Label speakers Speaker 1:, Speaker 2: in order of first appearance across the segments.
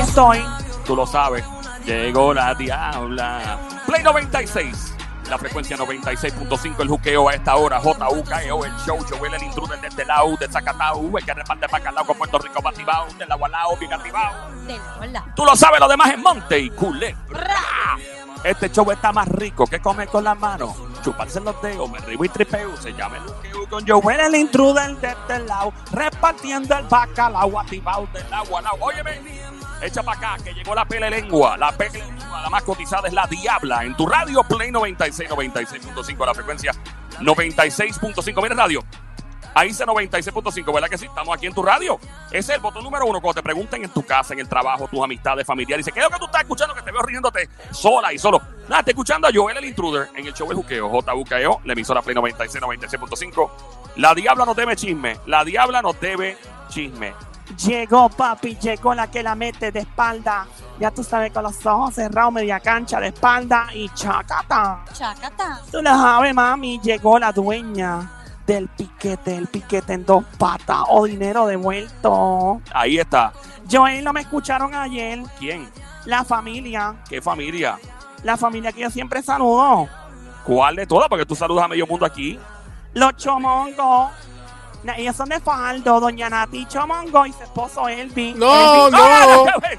Speaker 1: estoy. Tú lo sabes. Llegó la diabla. Play 96. La frecuencia 96.5, el juqueo a esta hora, JUKEO, E el show, Joel, el intruder desde la U, de Zacatau, el que reparte bacalao con Puerto Rico, Batibao, del Agualao, bien activado.
Speaker 2: De la bola.
Speaker 1: Tú lo sabes, lo demás es monte y culebra. Este show está más rico que comer con las manos, chuparse los dedos, me río y tripeo, se llama el juqueo con Joel, el intruder desde el lado, repartiendo el bacalao, activado del Agualao. Óyeme, echa para acá, que llegó la pele lengua, la pele lengua, la más cotizada es la Diabla, en tu radio Play 96, 96.5, la frecuencia 96.5, mira radio. Ahí dice 96.5, ¿verdad que sí? Estamos aquí en tu radio. Ese es el botón número uno. Cuando te pregunten en tu casa, en el trabajo, tus amistades, familiares, dice, ¿qué es lo que tú estás escuchando? Que te veo riéndote sola y solo. Nada, estoy escuchando a Joel el Intruder en el show El Juqueo, JUKEO, E la emisora Play 96, 96.5. La Diabla nos debe chisme. La Diabla nos debe chisme.
Speaker 3: Llegó, papi, llegó la que la mete de espalda. Ya tú sabes, con los ojos cerrados, media cancha de espalda y chacata.
Speaker 2: Chacata.
Speaker 3: Tú la sabes, mami, llegó la dueña del piquete, el piquete en dos patas o dinero devuelto.
Speaker 1: Ahí está.
Speaker 3: Joel, no me escucharon ayer.
Speaker 1: ¿Quién?
Speaker 3: La familia,
Speaker 1: ¿Qué familia?
Speaker 3: la familia que yo siempre saludo.
Speaker 1: ¿Cuál de todas? Porque tú saludas a medio mundo aquí.
Speaker 3: Los chomongos. Na- Ellos son de faldo, doña Nati Chomongo y su esposo Elvin.
Speaker 4: No,
Speaker 3: Elvin.
Speaker 4: no,
Speaker 1: ¡Ah, qué-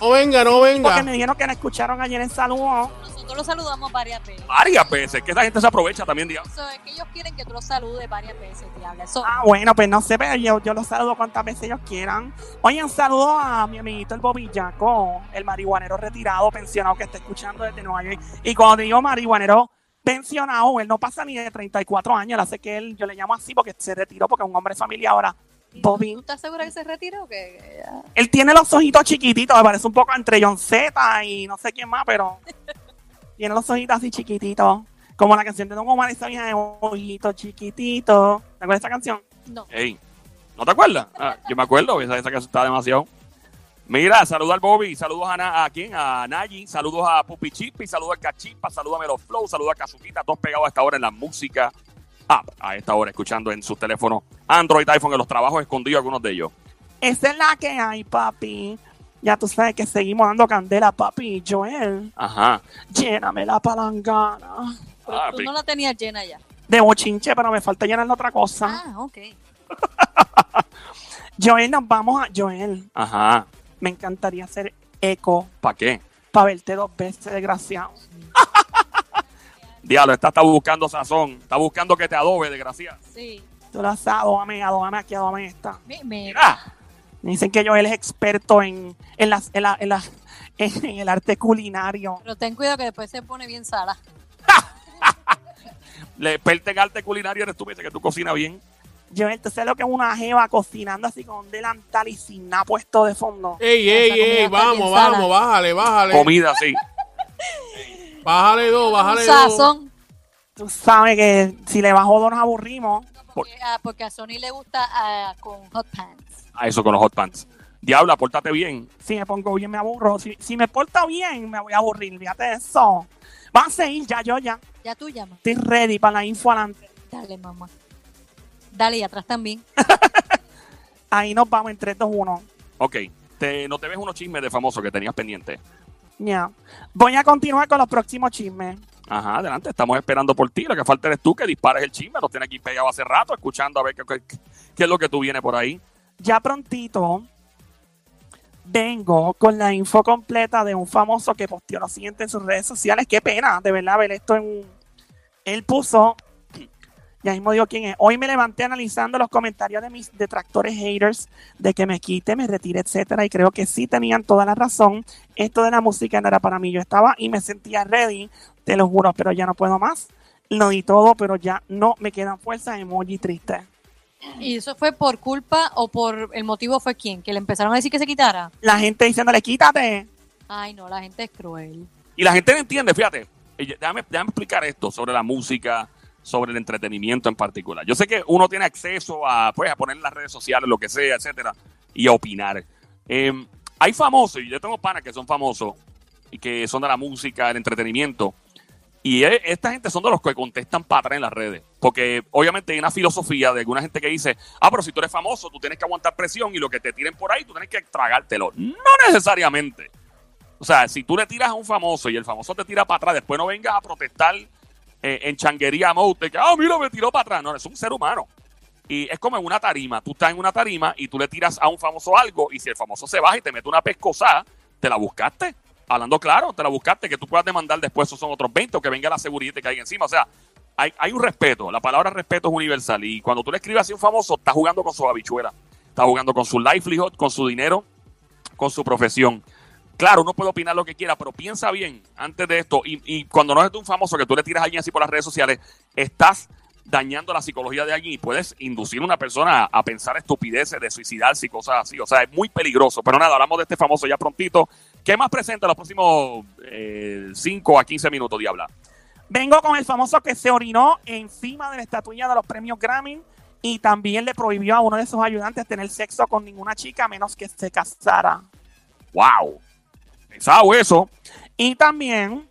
Speaker 4: no venga, no
Speaker 3: Porque
Speaker 4: venga.
Speaker 3: me dijeron que la escucharon ayer en saludo.
Speaker 2: Nosotros los saludamos varias veces.
Speaker 1: varias veces, que esa gente se aprovecha también, Diabla.
Speaker 2: Eso es que ellos quieren que tú los saludes varias veces, diabla. Eso,
Speaker 3: Ah, bueno, pues no sé, pero yo, yo los saludo cuantas veces ellos quieran. Oye, un saludo a mi amiguito el Bobillaco, el marihuanero retirado, pensionado que está escuchando desde Nueva York. Y cuando digo marihuanero pensionado, él no pasa ni de 34 años, él hace que él, yo le llamo así porque se retiró porque es un hombre familiar ahora. Bobby,
Speaker 2: ¿Tú estás segura que se retira o que eh, ya?
Speaker 3: él tiene los ojitos chiquititos, me parece un poco entre John Z y no sé quién más, pero tiene los ojitos así chiquititos. Como la canción de Don Omar, esa vieja de ojitos chiquititos. ¿Te acuerdas de esa canción?
Speaker 2: No.
Speaker 1: Ey, ¿no te acuerdas? Ah, yo me acuerdo, esa, esa casa está demasiado. Mira, saludos al Bobby, saludos a, Na- a quién, a Nayi, saludos a Pupi Chipi, saludos a Cachipa, saludos a Melo Flow, saludos a Kazuquita, todos pegados a esta hora en la música. Ah, a esta hora escuchando en sus teléfonos Android, iPhone, en los trabajos escondidos algunos de ellos.
Speaker 3: Esa es la que hay, papi. Ya tú sabes que seguimos dando candela, papi. Joel,
Speaker 1: Ajá.
Speaker 3: lléname la palangana.
Speaker 2: Pero
Speaker 1: Ah,
Speaker 2: tú
Speaker 1: pero-
Speaker 2: no la tenías llena ya.
Speaker 3: De bochinche, pero me falta llenar la otra cosa.
Speaker 2: Ah, ok.
Speaker 3: Joel, nos vamos a... Joel,
Speaker 1: Ajá.
Speaker 3: me encantaría hacer eco
Speaker 1: ¿Para qué?
Speaker 3: para verte dos veces, desgraciado.
Speaker 1: Diablo, esta está buscando sazón, está buscando que te adobe, desgraciada.
Speaker 2: Sí.
Speaker 3: Tú lo has adóame, adóame aquí, adóame esta.
Speaker 2: Mi- mi-
Speaker 1: Mira,
Speaker 3: Me Dicen que Joel es experto en, en, las, en, la- en la- en el arte culinario.
Speaker 2: Pero ten cuidado que después se pone bien sala.
Speaker 1: le experta en arte culinario eres tú, me dice que tú cocinas bien.
Speaker 3: Joel, ¿tú sabes lo que es una jeva cocinando así con un delantal y sin nada puesto de fondo?
Speaker 4: Ey,
Speaker 2: Esa
Speaker 4: ey,
Speaker 2: comida
Speaker 4: ey,
Speaker 2: está
Speaker 4: vamos,
Speaker 2: bien sana.
Speaker 4: vamos, bájale, bájale.
Speaker 1: Comida, sí.
Speaker 4: Bájale dos,
Speaker 2: Un
Speaker 4: bájale dos.
Speaker 2: sazón.
Speaker 3: Tú sabes que si le bajo dos nos aburrimos.
Speaker 2: No, porque, ah, porque a Sony le gusta ah, con hot pants.
Speaker 1: A Ah, eso con los hot pants. Diabla, pórtate bien.
Speaker 3: Si me pongo bien, me aburro. Si, si me porto bien, me voy a aburrir. Fíjate de eso. Van a seguir ya, yo ya.
Speaker 2: Ya tú llamas.
Speaker 3: Estoy ready para la info adelante.
Speaker 2: Dale, mamá. Dale, y atrás también.
Speaker 3: Ahí nos vamos en 3, 2, 1.
Speaker 1: Ok, te, no te ves unos chismes de famoso que tenías pendiente.
Speaker 3: Ya. Voy a continuar con los próximos chismes.
Speaker 1: Ajá, adelante, estamos esperando por ti. Lo que falta eres tú que dispares el chisme. Lo tienes aquí pegado hace rato, escuchando a ver qué, qué- qué es lo que tú vienes por ahí.
Speaker 3: Ya prontito vengo con la info completa de un famoso que posteó lo siguiente en sus redes sociales. Qué pena, de verdad, ver esto en un... Él puso... Ya mismo digo quién es. Hoy me levanté analizando los comentarios de mis detractores haters de que me quite, me retire, etcétera. Y creo que sí tenían toda la razón. Esto de la música no era para mí. Yo estaba y me sentía ready, te lo juro, pero ya no puedo más. Lo di todo, pero ya no me quedan fuerzas. Emoji triste.
Speaker 2: ¿Y eso fue por culpa o por el motivo fue quién? ¿Que le empezaron a decir que se quitara?
Speaker 3: La gente diciéndole, quítate.
Speaker 2: Ay, no, la gente es cruel.
Speaker 1: Y la gente no entiende, fíjate. Y ya- Déjame, déjame explicar esto sobre la música, sobre el entretenimiento en particular. Yo sé que uno tiene acceso a, pues, a poner en las redes sociales, lo que sea, etcétera, y a opinar. Eh, hay famosos, y yo tengo panas que son famosos, y que son de la música, el entretenimiento, Y eh, esta gente son de los que contestan para atrás en las redes. Porque obviamente hay una filosofía de alguna gente que dice, ah, pero si tú eres famoso, tú tienes que aguantar presión y lo que te tiren por ahí, tú tienes que tragártelo. No necesariamente. O sea, si tú le tiras a un famoso y el famoso te tira para atrás, después no vengas a protestar eh, en changuería mode, de que, ah, mira, me tiró para atrás. No, es un ser humano. Y es como en una tarima. Tú estás en una tarima y tú le tiras a un famoso algo y si el famoso se baja y te mete una pescosada, te la buscaste. Hablando claro, te la buscaste, que tú puedas demandar después, esos son otros 20 o que venga la seguridad que hay encima. O sea, hay, hay un respeto. La palabra respeto es universal. Y cuando tú le escribes así a un famoso, estás jugando con su habichuela. Estás jugando con su livelihood, con su dinero, con su profesión. Claro, uno puede opinar lo que quiera, pero piensa bien antes de esto. Y, y cuando no es de un famoso que tú le tiras a alguien así por las redes sociales, estás dañando la psicología de alguien y puedes inducir a una persona a, a pensar estupideces, de suicidarse y cosas así. O sea, es muy peligroso. Pero nada, hablamos de este famoso ya prontito. ¿Qué más presenta los próximos 5 a 15 minutos, Diabla?
Speaker 3: Vengo con el famoso que se orinó encima de la estatuilla de los premios Grammy y también le prohibió a uno de sus ayudantes tener sexo con ninguna chica a menos que se casara.
Speaker 1: ¡Wow! Pensado eso.
Speaker 3: Y también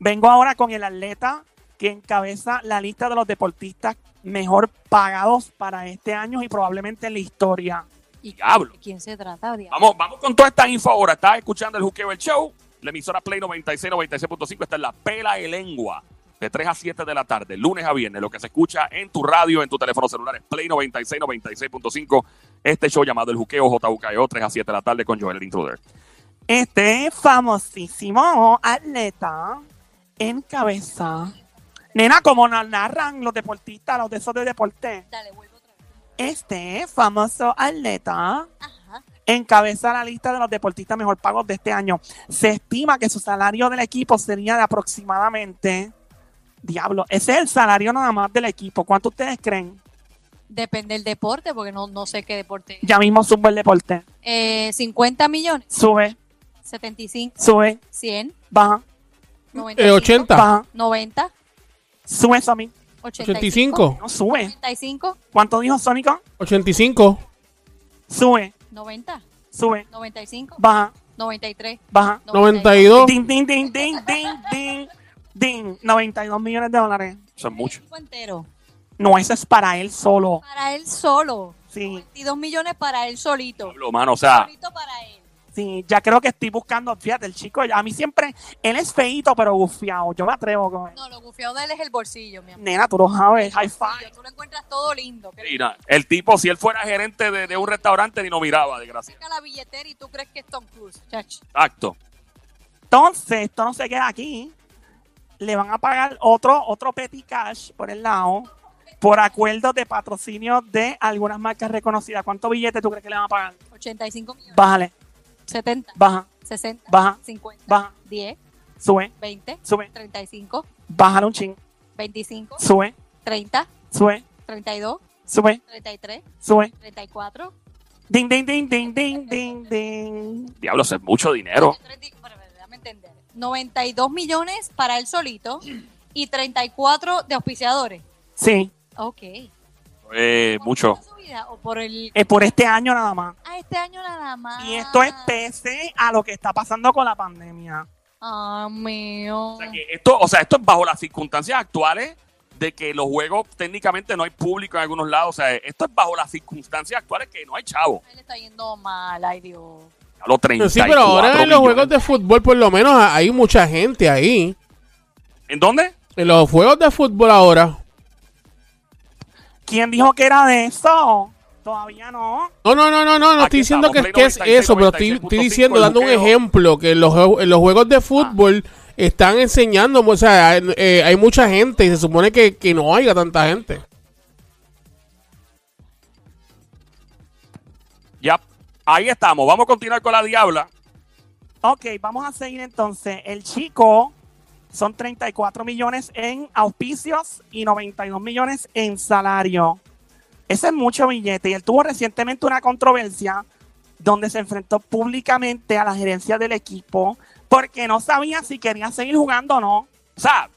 Speaker 3: vengo ahora con el atleta que encabeza la lista de los deportistas mejor pagados para este año y probablemente en la historia.
Speaker 2: ¿Y
Speaker 1: Diablo.
Speaker 2: de quién se trata? diablo?
Speaker 1: Vamos, vamos con toda esta info ahora. Estás escuchando el Juqueo el Show. La emisora Play 96, 96.5 está en la pela de lengua. De 3 a 7 de la tarde, lunes a viernes. Lo que se escucha en tu radio, en tu teléfono celular es Play 96, 96.5. Este show llamado El Juqueo JUKEO, 3 E a 7 de la tarde con Joel el Intruder.
Speaker 3: Este famosísimo atleta encabeza. Nena, como nos narran los deportistas, los de esos de deporte,
Speaker 2: Dale, vuelvo otra vez.
Speaker 3: este famoso atleta
Speaker 2: Ajá.
Speaker 3: encabeza la lista de los deportistas mejor pagos de este año. Se estima que su salario del equipo sería de aproximadamente. Diablo, ese es el salario nada más del equipo. ¿Cuánto ustedes creen?
Speaker 2: Depende del deporte, porque no, no sé qué deporte. es.
Speaker 3: Ya mismo subo el deporte.
Speaker 2: Eh, 50 millones,
Speaker 3: Sube,
Speaker 2: 75,
Speaker 3: sube,
Speaker 2: 100,
Speaker 3: baja,
Speaker 2: 90.
Speaker 4: Eh, 80,
Speaker 3: baja,
Speaker 2: 90,
Speaker 3: sube, Sonic.
Speaker 2: 85.
Speaker 4: 85,
Speaker 3: No sube.
Speaker 2: 85,
Speaker 3: ¿Cuánto dijo Sónico?
Speaker 4: 85,
Speaker 3: Sube,
Speaker 2: 90,
Speaker 3: sube,
Speaker 2: 95,
Speaker 3: baja,
Speaker 2: 93,
Speaker 3: baja.
Speaker 4: 92,
Speaker 3: Ding, ding, ding, ding, ding, ding, ding. 92 millones de dólares.
Speaker 1: Eso es mucho.
Speaker 2: Equipo entero.
Speaker 3: No, eso es para él solo.
Speaker 2: Para él solo.
Speaker 3: Sí,
Speaker 2: 22 millones para él solito.
Speaker 1: Diablo, mano, o sea,
Speaker 2: Solito para él.
Speaker 3: sí. Ya creo que estoy buscando. Fíjate, el chico, a mí siempre, él es feíto, pero gufiado. Yo me atrevo con él.
Speaker 2: No, lo gufiado de él es el bolsillo, mi amor.
Speaker 3: Nena, tú lo sabes. High five.
Speaker 2: Tú lo encuentras todo lindo. Que le
Speaker 1: mira, el tipo, si él fuera gerente de, de un restaurante, ni lo miraba, desgraciado.
Speaker 2: saca la billetera y tú crees que es Tom Cruise, chacho.
Speaker 1: Exacto.
Speaker 3: Entonces, esto no se queda aquí. Le van a pagar otro, otro petty cash por el lado por acuerdos de patrocinio de algunas marcas reconocidas. ¿Cuánto billete tú crees que le van a pagar?
Speaker 2: 85 millones.
Speaker 3: Bájale,
Speaker 2: 70,
Speaker 3: baja,
Speaker 2: 60,
Speaker 3: Baja.
Speaker 2: 50,
Speaker 3: Baja.
Speaker 2: 10,
Speaker 3: sube,
Speaker 2: 20,
Speaker 3: sube,
Speaker 2: 35,
Speaker 3: bájale un ching,
Speaker 2: 25,
Speaker 3: sube,
Speaker 2: 30,
Speaker 3: sube,
Speaker 2: 32,
Speaker 3: sube,
Speaker 2: 33,
Speaker 3: sube.
Speaker 2: 34.
Speaker 3: Ding, ding, ding, ding, ding, ding, ding.
Speaker 1: Diablo, eso es mucho dinero.
Speaker 2: 33, pero, pero, déjame entender. 92 millones para él solito y 34 de auspiciadores.
Speaker 3: Sí,
Speaker 2: Ok.
Speaker 1: Eh,
Speaker 2: ¿Por
Speaker 1: mucho.
Speaker 2: toda su vida o por el...
Speaker 3: es por este año nada más.
Speaker 2: Ah, este año nada más.
Speaker 3: Y esto es pese a lo que está pasando con la pandemia.
Speaker 2: Ah, mío.
Speaker 1: O sea, que esto, o sea, esto es bajo las circunstancias actuales de que los juegos técnicamente no hay público en algunos lados. O sea, esto es bajo las circunstancias actuales que no hay chavo.
Speaker 2: A él le está yendo mal, ay Dios.
Speaker 1: A los 30.
Speaker 4: Sí, pero ahora en los juegos de fútbol por lo menos hay mucha gente ahí.
Speaker 1: ¿En dónde?
Speaker 4: En los juegos de fútbol ahora.
Speaker 3: ¿Quién dijo que era de eso? Todavía no.
Speaker 4: No, no, no, no, no, no
Speaker 1: Aquí
Speaker 4: estoy diciendo
Speaker 1: estamos,
Speaker 4: que, que es
Speaker 1: 96,
Speaker 4: eso, pero estoy, estoy
Speaker 1: 96.5
Speaker 4: diciendo,
Speaker 1: el
Speaker 4: dando un
Speaker 1: juqueo.
Speaker 4: ejemplo, que en los, jue- en los juegos
Speaker 3: Ah.
Speaker 4: de fútbol están enseñando, o sea, hay, eh, hay mucha gente y se supone que, que no haya tanta gente.
Speaker 1: Ya. Ahí estamos. Vamos a continuar con la diabla.
Speaker 3: Ok, vamos a seguir entonces. El chico son 34 millones en auspicios y 92 millones en salario. Ese es mucho billete. Y él tuvo recientemente una controversia donde se enfrentó públicamente a la gerencia del equipo porque no sabía si quería seguir jugando o no.
Speaker 1: O sea,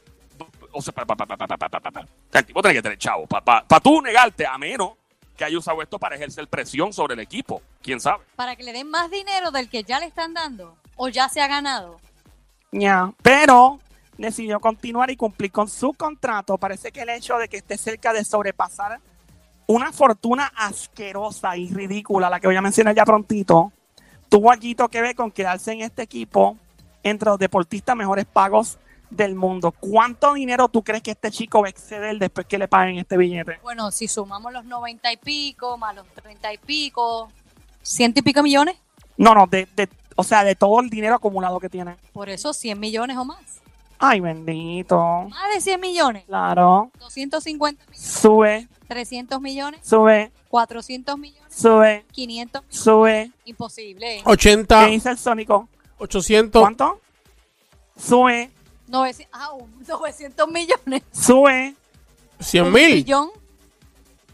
Speaker 1: o sea, pa, pa, pa, pa, pa, pa, pa, pa, pa. O sea, el tipo tiene que tener chavo. Para pa, pa tú negarte, a menos que haya usado esto para ejercer presión sobre el equipo. ¿Quién sabe?
Speaker 2: Para que le den más dinero del que ya le están dando o ya se ha ganado.
Speaker 3: Ya. Pero decidió continuar y cumplir con su contrato. Parece que el hecho de que esté cerca de sobrepasar una fortuna asquerosa y ridícula, la que voy a mencionar ya prontito, tuvo algo que ver con quedarse en este equipo entre los deportistas mejores pagos del mundo. ¿Cuánto dinero tú crees que este chico va a exceder después que le paguen este billete?
Speaker 2: Bueno, si sumamos los 90 y pico, más los 30 y pico, ciento y pico millones,
Speaker 3: No, no, de, de- o sea, de todo el dinero acumulado que tiene.
Speaker 2: por eso 100 millones o más.
Speaker 3: Ay, bendito.
Speaker 2: Más de 100 millones,
Speaker 3: Claro.
Speaker 2: 250 millones,
Speaker 3: Sube,
Speaker 2: 300 millones,
Speaker 3: sube,
Speaker 2: 400 millones,
Speaker 3: sube,
Speaker 2: 500 millones.
Speaker 3: sube.
Speaker 2: Imposible.
Speaker 4: 80,
Speaker 3: ¿Qué dice el Sónico?
Speaker 4: 800.
Speaker 3: ¿Cuánto? Sube,
Speaker 2: 900, ah, un- 900 millones.
Speaker 3: sube.
Speaker 4: 100
Speaker 2: Un
Speaker 4: mil.
Speaker 2: billón,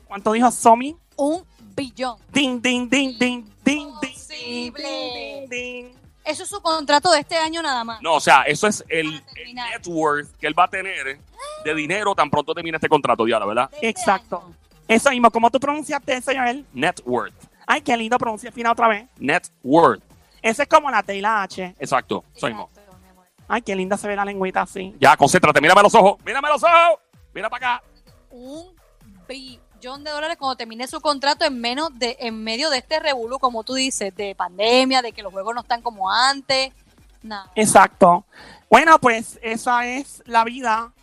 Speaker 3: ¿Cuánto dijo Somi?
Speaker 2: un billón.
Speaker 3: Ding, ding, ding, ding, ding, ding, ding,
Speaker 2: Imposible.
Speaker 3: ding, ding.
Speaker 2: Eso es su contrato de este año nada más.
Speaker 1: No, o sea, eso es el,
Speaker 2: Para
Speaker 1: el
Speaker 2: terminar.
Speaker 1: net worth que él va a tener eh, de dinero tan pronto termine este contrato, Diana, ¿verdad?
Speaker 2: De este
Speaker 3: Exacto.
Speaker 2: año.
Speaker 3: Eso mismo, ¿cómo tú pronunciaste eso, Joel?
Speaker 1: Net worth.
Speaker 3: Ay, qué lindo pronuncia fina otra vez.
Speaker 1: Net worth.
Speaker 3: Ese es como la T y la H.
Speaker 1: Exacto. Soy mo.
Speaker 2: Exacto, mi amor.
Speaker 3: Ay, qué linda se ve la lengüita así.
Speaker 1: Ya, concéntrate, mírame a los ojos. Mírame a los ojos. Mira para acá.
Speaker 2: un billón de dólares cuando termine su contrato en menos de en medio de este revolú como tú dices de pandemia de que los juegos no están como antes nada
Speaker 3: Exacto. Bueno, pues esa es la vida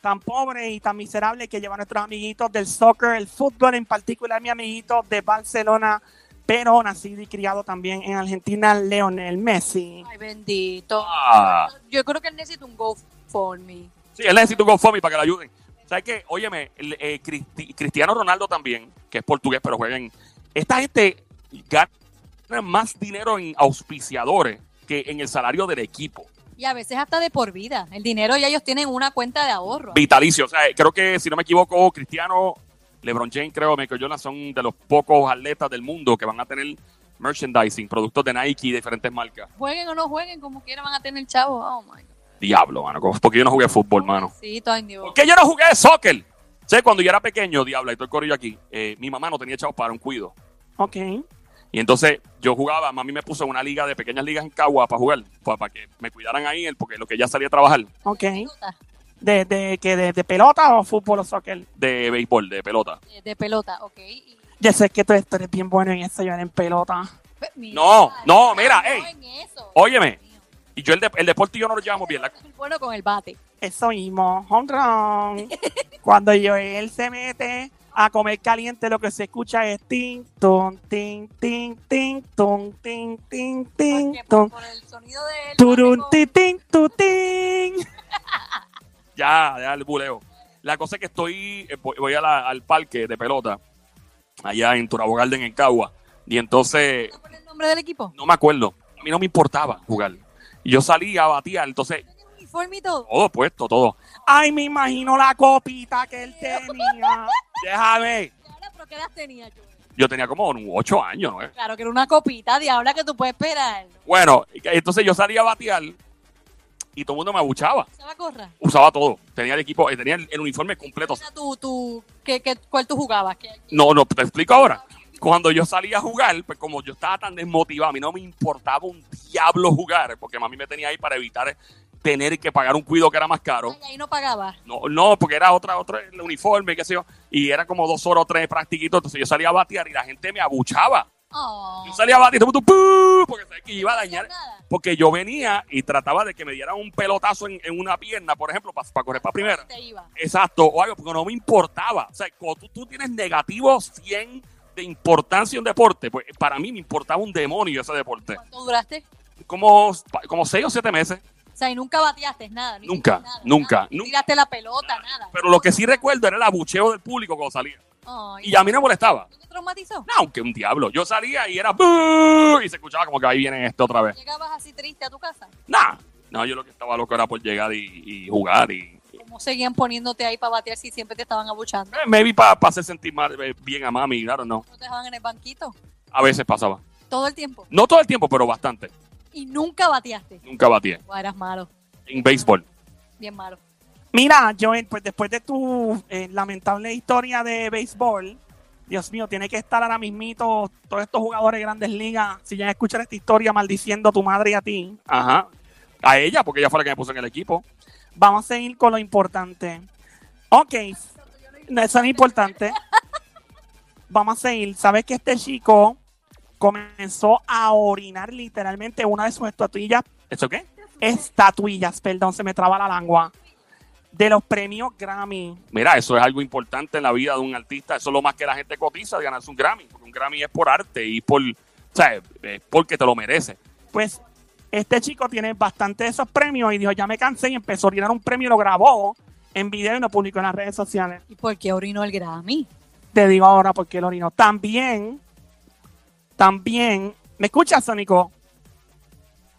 Speaker 3: tan pobre y tan miserable que llevan nuestros amiguitos del soccer, el fútbol, en particular mi amiguito de Barcelona, pero nacido y criado también en Argentina, Leonel Messi.
Speaker 2: ay bendito
Speaker 1: Ah.
Speaker 2: yo creo que él necesita un go for me
Speaker 1: Sí, él necesita un GoFundMe para que lo ayuden. ¿Sabes qué? Óyeme, el, eh, Cristi- Cristiano Ronaldo también, que es portugués, pero juega en... Esta gente gana más dinero en auspiciadores que en el salario del equipo.
Speaker 2: y a veces hasta de por vida el dinero ya ellos tienen una cuenta de ahorro
Speaker 1: Vitalicio. O sea, creo que, si no me equivoco, Cristiano, LeBron James, creo, Michael Jordan son de los pocos atletas del mundo que van a tener merchandising, productos de Nike y diferentes marcas.
Speaker 2: jueguen o no jueguen como quieran van a tener chavo oh my god
Speaker 1: Diablo, mano. Porque yo no jugué fútbol, mano.
Speaker 2: Pobrecito, ay, Dios.
Speaker 1: ¿Por qué yo no jugué soccer? Sé, cuando yo era pequeño, diabla, y todo el corillo aquí, eh, mi mamá no tenía chavos para un cuido.
Speaker 3: Ok.
Speaker 1: Y entonces yo jugaba, mami me puso en una liga de pequeñas ligas en Cagua para jugar, para, que me cuidaran ahí, él, porque lo que ya salía a trabajar
Speaker 3: Ok.
Speaker 2: Pelota,
Speaker 3: ¿De, de, que de, de pelota o fútbol o soccer?
Speaker 1: de béisbol, de pelota.
Speaker 2: de, eh, de pelota ok Y-
Speaker 3: Ya sé que tú tú eres bien bueno en eso, yo en pelota.
Speaker 2: Pe- pues, mira,
Speaker 1: No, no, mira,
Speaker 2: ay, no
Speaker 1: ey.
Speaker 2: en eso.
Speaker 1: Óyeme. Y yo el, de- el deporte yo no lo llevamos bien. La,
Speaker 2: bueno con el bate
Speaker 3: Eso mismo, home run. Cuando Joel se mete a comer caliente, lo que se escucha es ting, ton, ting, ting, ting, ton, ting, ting, ting,
Speaker 2: Porque por,
Speaker 3: ton,
Speaker 2: por pues, el sonido de él,
Speaker 3: turun,
Speaker 2: bate
Speaker 3: ti, ting, tu, ting.
Speaker 1: ya, ya el buleo. La cosa es que estoy, eh, voy voy a la- al parque de pelota, allá en Turabo Garden, en Cagua, y entonces
Speaker 2: con- por el nombre del equipo.
Speaker 1: no me acuerdo. A mí no me importaba jugar. Y Yo salía a batear, entonces
Speaker 2: Tiene uniforme y todo.
Speaker 1: todo puesto, todo.
Speaker 3: Ay, me imagino la copita que él tenía.
Speaker 1: Déjame.
Speaker 2: Diabla, ¿pero qué edad tenía yo?
Speaker 1: Yo tenía como ocho años, ¿no?
Speaker 2: Claro que era una copita diabla que tú puedes esperar.
Speaker 1: Bueno, entonces yo salía a batear y todo el mundo me abuchaba.
Speaker 2: ¿Sabes corra?
Speaker 1: Usaba todo. Tenía el equipo, eh, tenía el, el uniforme completo.
Speaker 2: Era tu, tu, ¿qué, qué, ¿Cuál tú jugabas? ¿Qué- qué-
Speaker 1: No, no, te explico ahora. Cuando yo salía a jugar, pues como yo estaba tan desmotivado, a mí no me importaba un diablo jugar, porque mami me tenía ahí para evitar tener que pagar un cuido que era más caro.
Speaker 2: Ay, ahí no pagabas.
Speaker 1: No, no, porque era otra, otro el uniforme, qué sé yo. Y era como dos horas o tres practiquitos. Entonces yo salía a batear y la gente me abuchaba.
Speaker 2: Oh,
Speaker 1: Yo salía a batear y todo el mundo, "Pú", porque sabía que iba a dañar.
Speaker 2: nada.
Speaker 1: Porque yo venía y trataba de que me dieran un pelotazo en, en una pierna, por ejemplo, para correr para primera.
Speaker 2: Te iba.
Speaker 1: Exacto, o algo, porque no me importaba. O sea, cuando tú, tú tienes negativos 100 de importancia en un deporte, pues para mí me importaba un demonio ese deporte.
Speaker 2: ¿Cuánto duraste?
Speaker 1: Como, como 6 o 7 meses,
Speaker 2: O sea, y nunca bateaste nada. ni
Speaker 1: Nunca,
Speaker 2: hiciste nada,
Speaker 1: nunca,
Speaker 2: nada, ni
Speaker 1: nunca.
Speaker 2: Tiraste la pelota, nada.
Speaker 1: pero lo que sí recuerdo era el abucheo del público cuando salía.
Speaker 2: Ay,
Speaker 1: Y a mí no me molestaba.
Speaker 2: ¿no Oh, te traumatizó?
Speaker 1: No, aunque un diablo. Yo salía y era "Bú", y se escuchaba como que ahí viene esto otra vez.
Speaker 2: Llegabas así triste a tu casa.
Speaker 1: Nah, no, yo lo que estaba loco era por llegar y, y jugar y,
Speaker 2: ¿Cómo seguían poniéndote ahí para batear si siempre te estaban abuchando?
Speaker 1: Eh, Maybe para hacer sentir mal, eh, bien a mami, claro, no.
Speaker 2: ¿No te dejaban en el banquito?
Speaker 1: A veces pasaba.
Speaker 2: Todo el tiempo.
Speaker 1: No todo el tiempo, pero bastante.
Speaker 2: Y nunca bateaste.
Speaker 1: Nunca batía.
Speaker 2: Guau, eras malo,
Speaker 1: En béisbol.
Speaker 2: bien malo.
Speaker 3: Mira, Joel, pues después de tu eh, lamentable historia de béisbol, Dios mío, tiene que estar ahora mismito todos estos jugadores de grandes ligas, si ya escuchar esta historia maldiciendo a tu madre y a ti.
Speaker 1: Ajá. A ella, porque ella fue la que me puso en el equipo.
Speaker 3: Vamos a seguir con lo importante. Ok, no, eso es importante. Vamos a seguir. ¿Sabes que este chico comenzó a orinar literalmente una de sus estatuillas?
Speaker 1: ¿Eso qué?
Speaker 3: Estatuillas, perdón, se me traba la lengua. De los premios Grammy.
Speaker 1: Mira, eso es algo importante en la vida de un artista. Eso es lo más que la gente cotiza de ganarse un Grammy. Porque un Grammy es por arte y por. O sea, es porque te lo mereces.
Speaker 3: Pues este chico tiene bastante de esos premios y dijo, ya me cansé y empezó a orinar un premio y lo grabó en video y lo publicó en las redes sociales.
Speaker 2: ¿Y por qué orinó el Grammy?
Speaker 3: Te digo ahora por qué lo orinó. También, también, ¿me escuchas, Sónico?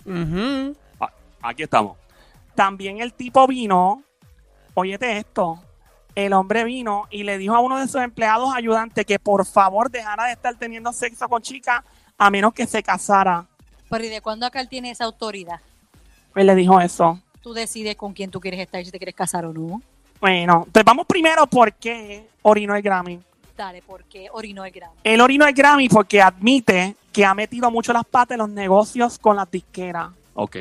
Speaker 4: Ujú.
Speaker 1: Ah, aquí estamos.
Speaker 3: También el tipo vino, óyete esto, el hombre vino y le dijo a uno de sus empleados ayudantes que por favor dejara de estar teniendo sexo con chicas a menos que se casara.
Speaker 2: Pero ¿y de cuándo acá él tiene esa autoridad?
Speaker 3: Él le dijo eso.
Speaker 2: Tú decides con quién tú quieres estar, si te quieres casar o no.
Speaker 3: Bueno, entonces vamos primero por qué orinó el Grammy.
Speaker 2: Dale, porque orinó el Grammy.
Speaker 3: El orino es Grammy porque admite que ha metido mucho las patas en los negocios con las disqueras.
Speaker 1: Ok.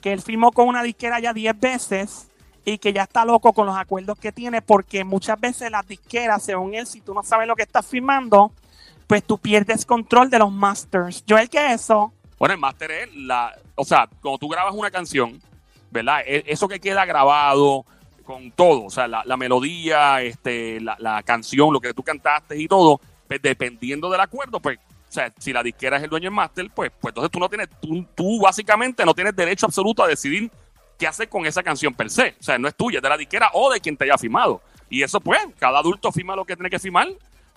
Speaker 3: Que él firmó con una disquera ya 10 veces y que ya está loco con los acuerdos que tiene porque muchas veces las disqueras, según él, si tú no sabes lo que estás firmando, pues tú pierdes control de los masters. Yo el que eso,
Speaker 1: Bueno, el máster es la. O sea, cuando tú grabas una canción, ¿verdad? E- Eso que queda grabado con todo, o sea, la, la melodía, este, la, la canción, lo que tú cantaste y todo, pues, dependiendo del acuerdo, pues, o sea, si la disquera es el dueño del máster, pues, pues entonces tú no tienes, tú, tú básicamente no tienes derecho absoluto a decidir qué hacer con esa canción per se. O sea, no es tuya, es de la disquera o de quien te haya firmado. Y eso, pues, cada adulto firma lo que tiene que firmar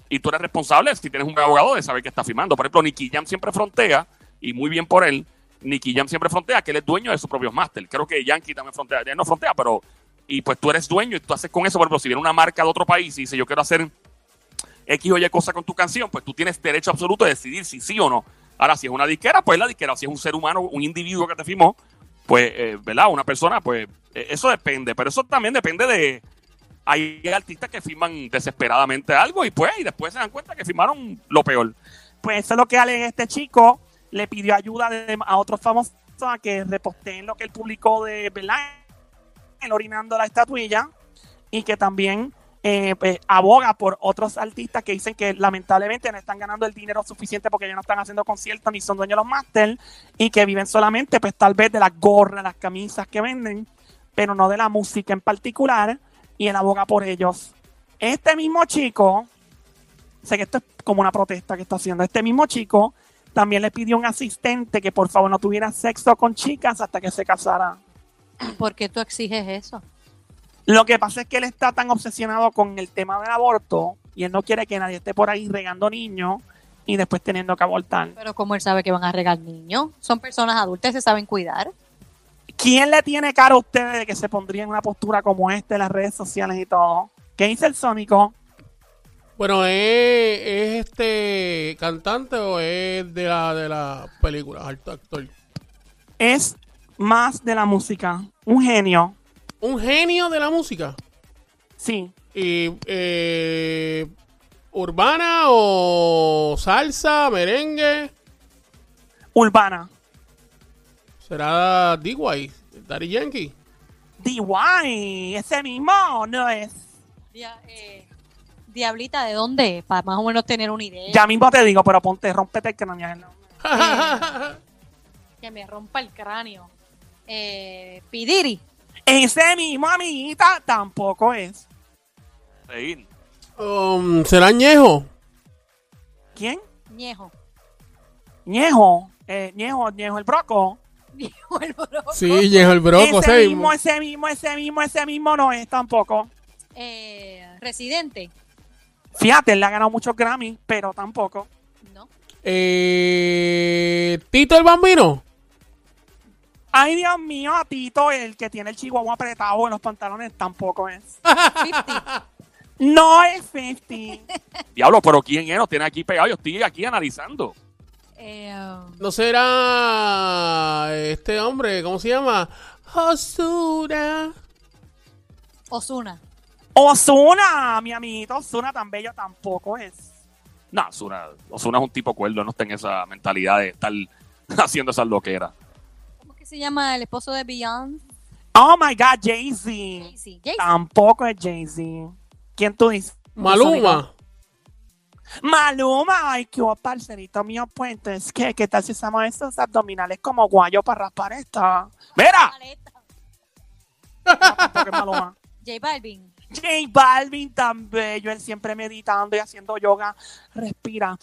Speaker 1: y tú eres responsable si tienes un abogado de saber qué está firmando. Por ejemplo, Nicky Jam siempre frontea, y muy bien por él, Nicky Jam siempre frontea, que él es dueño de sus propios máster. Creo que Yankee también frontea, ya no frontea, pero. Y pues tú eres dueño y tú haces con eso, por ejemplo, si viene una marca de otro país y dice yo quiero hacer X o Y cosa con tu canción, pues tú tienes derecho absoluto de decidir si sí o no. Ahora, si es una disquera, pues es la disquera. Si es un ser humano, un individuo que te firmó, pues, eh, ¿verdad? Una persona, pues eh, eso depende. Pero eso también depende de... Hay artistas que firman desesperadamente algo y pues, y después se dan cuenta que firmaron lo peor.
Speaker 3: pues eso es lo que alega este chico. Le pidió ayuda de- a otros famosos a que reposteen lo que él publicó de ¿verdad? Él orinando la estatuilla y que también eh, pues, aboga por otros artistas que dicen que lamentablemente no están ganando el dinero suficiente porque ya no están haciendo conciertos ni son dueños de los máster y que viven solamente pues tal vez de las gorras, las camisas que venden, pero no de la música en particular y él aboga por ellos. Este mismo chico, sé que esto es como una protesta que está haciendo, este mismo chico también le pidió a un asistente que por favor no tuviera sexo con chicas hasta que se casara.
Speaker 2: ¿Por qué tú exiges eso?
Speaker 3: Lo que pasa es que él está tan obsesionado con el tema del aborto y él no quiere que nadie esté por ahí regando niños y después teniendo que abortar.
Speaker 2: Pero como él sabe que van a regar niños, son personas adultas, se saben cuidar.
Speaker 3: ¿Quién le tiene cara a ustedes de que se pondría en una postura como esta en las redes sociales y todo? ¿Qué dice el Sónico?
Speaker 4: Bueno, ¿es, ¿es este cantante o es de la, de la película? Alto actor.
Speaker 3: Es más de la música. Un genio.
Speaker 4: Un genio de la música.
Speaker 3: Sí.
Speaker 4: Y, eh, ¿Urbana o salsa, merengue?
Speaker 3: Urbana.
Speaker 4: ¿Será D-Way? ¿Daddy Yankee?
Speaker 3: DY. Ese mismo. No es.
Speaker 2: Dia- eh, Diablita, ¿de dónde es? Para más o menos tener una idea.
Speaker 3: Ya mismo te digo, pero ponte, rompete el cráneo.
Speaker 2: Que me rompa el cráneo. Eh, Pidiri.
Speaker 3: Ese mismo, amiguita, tampoco es.
Speaker 1: Reír.
Speaker 4: Um, ¿Será Ñejo?
Speaker 3: ¿Quién?
Speaker 2: Ñejo.
Speaker 3: Ñejo. Eh, Ñejo, Ñejo el broco.
Speaker 2: Ñejo el broco.
Speaker 4: Sí, Ñejo el Broco.
Speaker 3: ese
Speaker 4: sí.
Speaker 3: mismo, ese mismo, ese mismo, ese mismo no es tampoco.
Speaker 2: Eh, residente.
Speaker 3: Fíjate, él le ha ganado muchos Grammy, pero tampoco.
Speaker 2: No.
Speaker 4: Eh, ¿Tito el Bambino?
Speaker 3: Ay, Dios mío, a Tito, el que tiene el chihuahua apretado en los pantalones, tampoco es.
Speaker 2: 50.
Speaker 3: No es 50.
Speaker 1: Diablo, pero ¿quién es? Nos tiene aquí pegado. Yo estoy aquí analizando.
Speaker 2: Eh, um,
Speaker 4: ¿No será este hombre? ¿Cómo se llama? Osura.
Speaker 2: Osuna.
Speaker 3: Osuna, mi amiguito Osuna tan bello tampoco es.
Speaker 1: No, Osuna, Osuna es un tipo cuerdo, no está en esa mentalidad de estar haciendo esas loqueras.
Speaker 2: ¿Cómo que se llama el esposo de Beyoncé?
Speaker 3: Oh my God, Jay-Z.
Speaker 2: Jay-Z, Jay-Z.
Speaker 4: Ah,
Speaker 3: Tampoco es Jay-Z. ¿Quién tú dices?
Speaker 4: Maluma.
Speaker 3: Maluma, ay, qué hubo, parcerito mío, pues entonces, ¿qué, ¿qué tal si usamos esos abdominales como guayo para raspar esta? ¡Mira!
Speaker 2: Paleta.
Speaker 3: Porque es Maluma.
Speaker 2: J Balvin.
Speaker 3: J Balvin tan bello, él siempre meditando y haciendo yoga, respira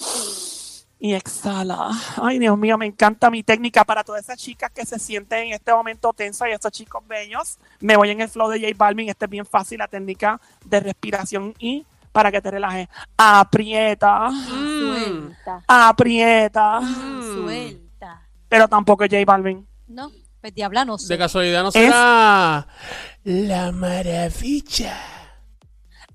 Speaker 3: y exhala. Ay, Dios mío, me encanta mi técnica para todas esas chicas que se sienten en este momento tensas y estos chicos bellos. Me voy en el flow de J Balvin, este es bien fácil, la técnica de respiración y para que te relajes, aprieta,
Speaker 4: Mm.
Speaker 2: Suelta.
Speaker 3: aprieta,
Speaker 2: Suelta.
Speaker 3: pero tampoco es J Balvin.
Speaker 2: No, pues diabla no sé.
Speaker 4: De casualidad no será la maravilla.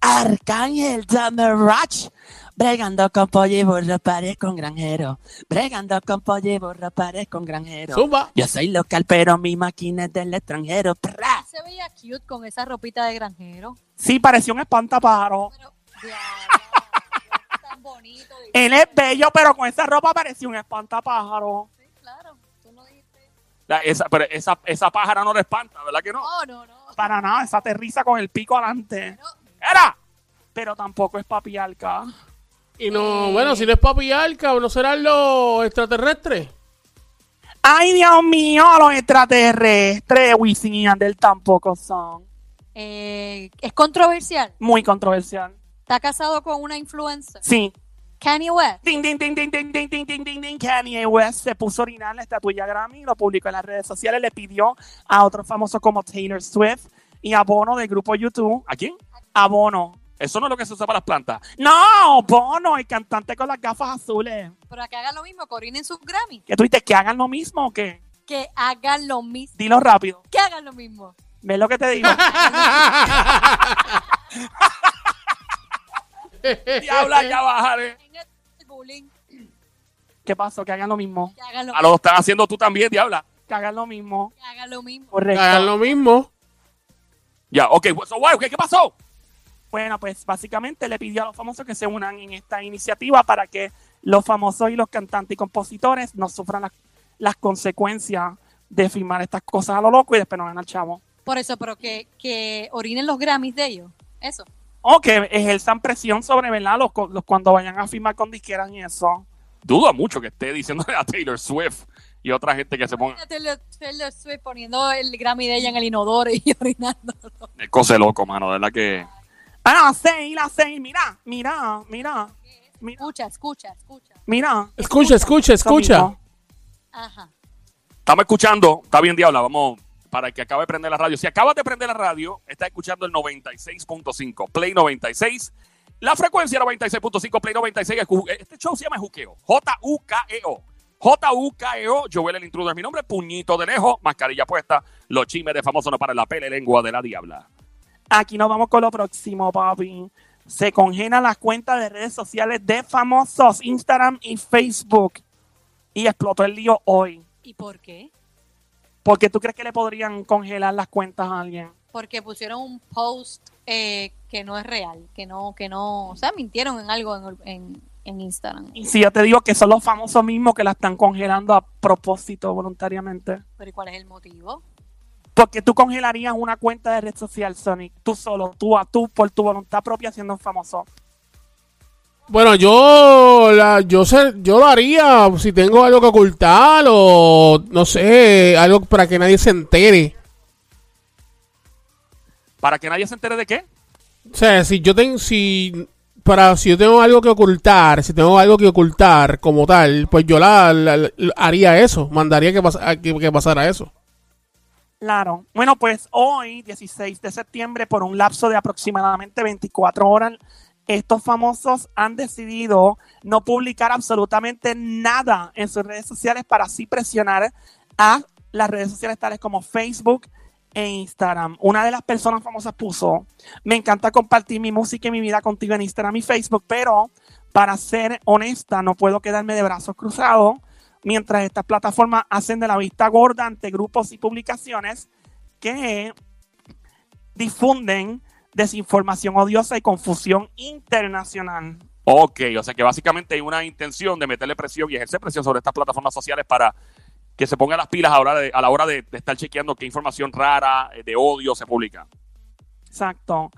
Speaker 3: Arcángel Damerach. Bregando con pollo y burro, parezco un granjero. Bregando con pollo y burro, parezco un granjero.
Speaker 4: Zumba.
Speaker 3: Yo soy local, pero mi máquina es del extranjero. ¡Pra!
Speaker 2: Se veía cute con esa ropita de granjero.
Speaker 3: Sí, pareció un espantapájaro.
Speaker 2: Pero, diabla, tan bonito.
Speaker 3: Él es
Speaker 4: este-
Speaker 3: bello, pero con esa ropa parecía un espantapájaro.
Speaker 2: Sí, claro. Tú no dijiste.
Speaker 1: La- esa, pero esa, esa pájara no le espanta, ¿verdad que no?
Speaker 2: No, Oh, no, no.
Speaker 3: Para nada, esa aterriza con el pico adelante.
Speaker 2: No,
Speaker 1: ¡Era!
Speaker 3: Pero tampoco es papiarca.
Speaker 4: Y no,
Speaker 3: Eh.
Speaker 4: bueno, si no es papi arca, no serán los extraterrestres.
Speaker 3: ¡Ay, Dios mío! Los extraterrestres, Wisin y Andel tampoco son.
Speaker 2: eh, es controversial.
Speaker 3: Muy controversial.
Speaker 2: Está casado con una influencer.
Speaker 3: Sí,
Speaker 2: Kanye West.
Speaker 3: Ding, ding, ding, ding, ding, ding, ding, ding, ding, ding. Kanye West se puso a orinar la estatuilla Grammy, lo publicó en las redes sociales, le pidió a otros famosos como Taylor Swift y a Bono del grupo YouTube.
Speaker 1: ¿A quién?
Speaker 3: A Bono.
Speaker 1: Eso no es lo que se usa para las plantas.
Speaker 3: No, Bono, el cantante con las gafas azules.
Speaker 2: Pero que hagan lo mismo, que orinen sus Grammy.
Speaker 3: ¿Qué tú dices? ¿Que hagan lo mismo o qué?
Speaker 2: Que hagan lo mismo.
Speaker 3: Dilo rápido.
Speaker 2: Que hagan lo mismo.
Speaker 3: ¿Ves lo que te digo?
Speaker 1: Diabla, ya bajaré.
Speaker 2: En el este bullying,
Speaker 3: ¿Qué pasó? Que hagan lo mismo.
Speaker 2: que hagan lo,
Speaker 1: A Ah, lo están haciendo tú también, diabla.
Speaker 3: Que hagan lo mismo.
Speaker 2: que hagan lo mismo.
Speaker 3: Correcto.
Speaker 4: Hagan lo mismo.
Speaker 1: Ya, ok. so why, ¿qué, ¿Qué pasó?
Speaker 3: Bueno, pues básicamente le pidió a los famosos que se unan en esta iniciativa para que los famosos y los cantantes y compositores no sufran las, las consecuencias de firmar estas cosas a lo loco y después no ganan el chavo.
Speaker 2: Por eso, pero que, que orinen los Grammys de ellos. Eso.
Speaker 3: O que ejerzan presión sobre, ¿verdad? Los, co- los cuando vayan a firmar con disqueras y eso.
Speaker 1: Dudo mucho que esté diciéndole a Taylor Swift y otra gente que se
Speaker 3: Ah.
Speaker 1: ponga
Speaker 2: Taylor, Taylor Swift poniendo el Grammy de ella en el inodoro y orinando.
Speaker 1: el cose loco, mano. De verdad que.
Speaker 3: Ah, la seis, la seis, mira, mira, mira, mira,
Speaker 2: Escucha, escucha, escucha.
Speaker 3: mira.
Speaker 4: Escucha, escucha, escucha.
Speaker 2: Ajá.
Speaker 1: Estamos escuchando. Está bien, diabla. Vamos. Para el que acabe de prender la radio. Si acabas de prender la radio, está escuchando el 96.5, Play 96. La frecuencia 96.5, Play 96. es ju- Este show se llama Juqueo. J-U-K-E-O. J-U-K-E-O. Joel el intruder. Mi nombre Puñito de Lejos. Mascarilla puesta. Los chimes de famoso no para la pele lengua de la diabla.
Speaker 3: Aquí nos vamos con lo próximo, papi. Se congela las cuentas de redes sociales de famosos, Instagram y Facebook. Y explotó el lío hoy.
Speaker 2: ¿Y por qué?
Speaker 3: ¿Por qué tú crees que le podrían congelar las cuentas a alguien?
Speaker 2: Porque pusieron un post eh, que no es real, que no, que no, o sea, mintieron en algo en, en- en Instagram.
Speaker 3: Y si yo te digo que son los famosos mismos que la están congelando a propósito voluntariamente.
Speaker 2: Pero ¿y cuál es el motivo?
Speaker 3: ¿Por qué tú congelarías una cuenta de red social, Sonic? Tú solo, tú a tú, por tu voluntad propia siendo un famoso.
Speaker 4: Bueno, yo la, yo sé, yo lo haría si tengo algo que ocultar o no sé, algo para que nadie se entere.
Speaker 1: Para que nadie se entere de qué.
Speaker 4: O sea, si yo tengo si para si yo tengo algo que ocultar, si tengo algo que ocultar como tal, pues yo la, la- la- haría eso, mandaría que, pas- a- que- que pasara eso.
Speaker 3: Claro. Bueno, pues hoy, 16 de septiembre, por un lapso de aproximadamente 24 horas, estos famosos han decidido no publicar absolutamente nada en sus redes sociales para así presionar a las redes sociales tales como Facebook e Instagram. Una de las personas famosas puso, me encanta compartir mi música y mi vida contigo en Instagram y Facebook, pero para ser honesta, no puedo quedarme de brazos cruzados mientras estas plataformas hacen de la vista gorda ante grupos y publicaciones que difunden desinformación odiosa y confusión internacional.
Speaker 1: Ok, o sea que básicamente hay una intención de meterle presión y ejercer presión sobre estas plataformas sociales para que se ponga las pilas a la hora de, a la hora de, de estar chequeando qué información rara, eh, de odio se publica.
Speaker 3: Exacto.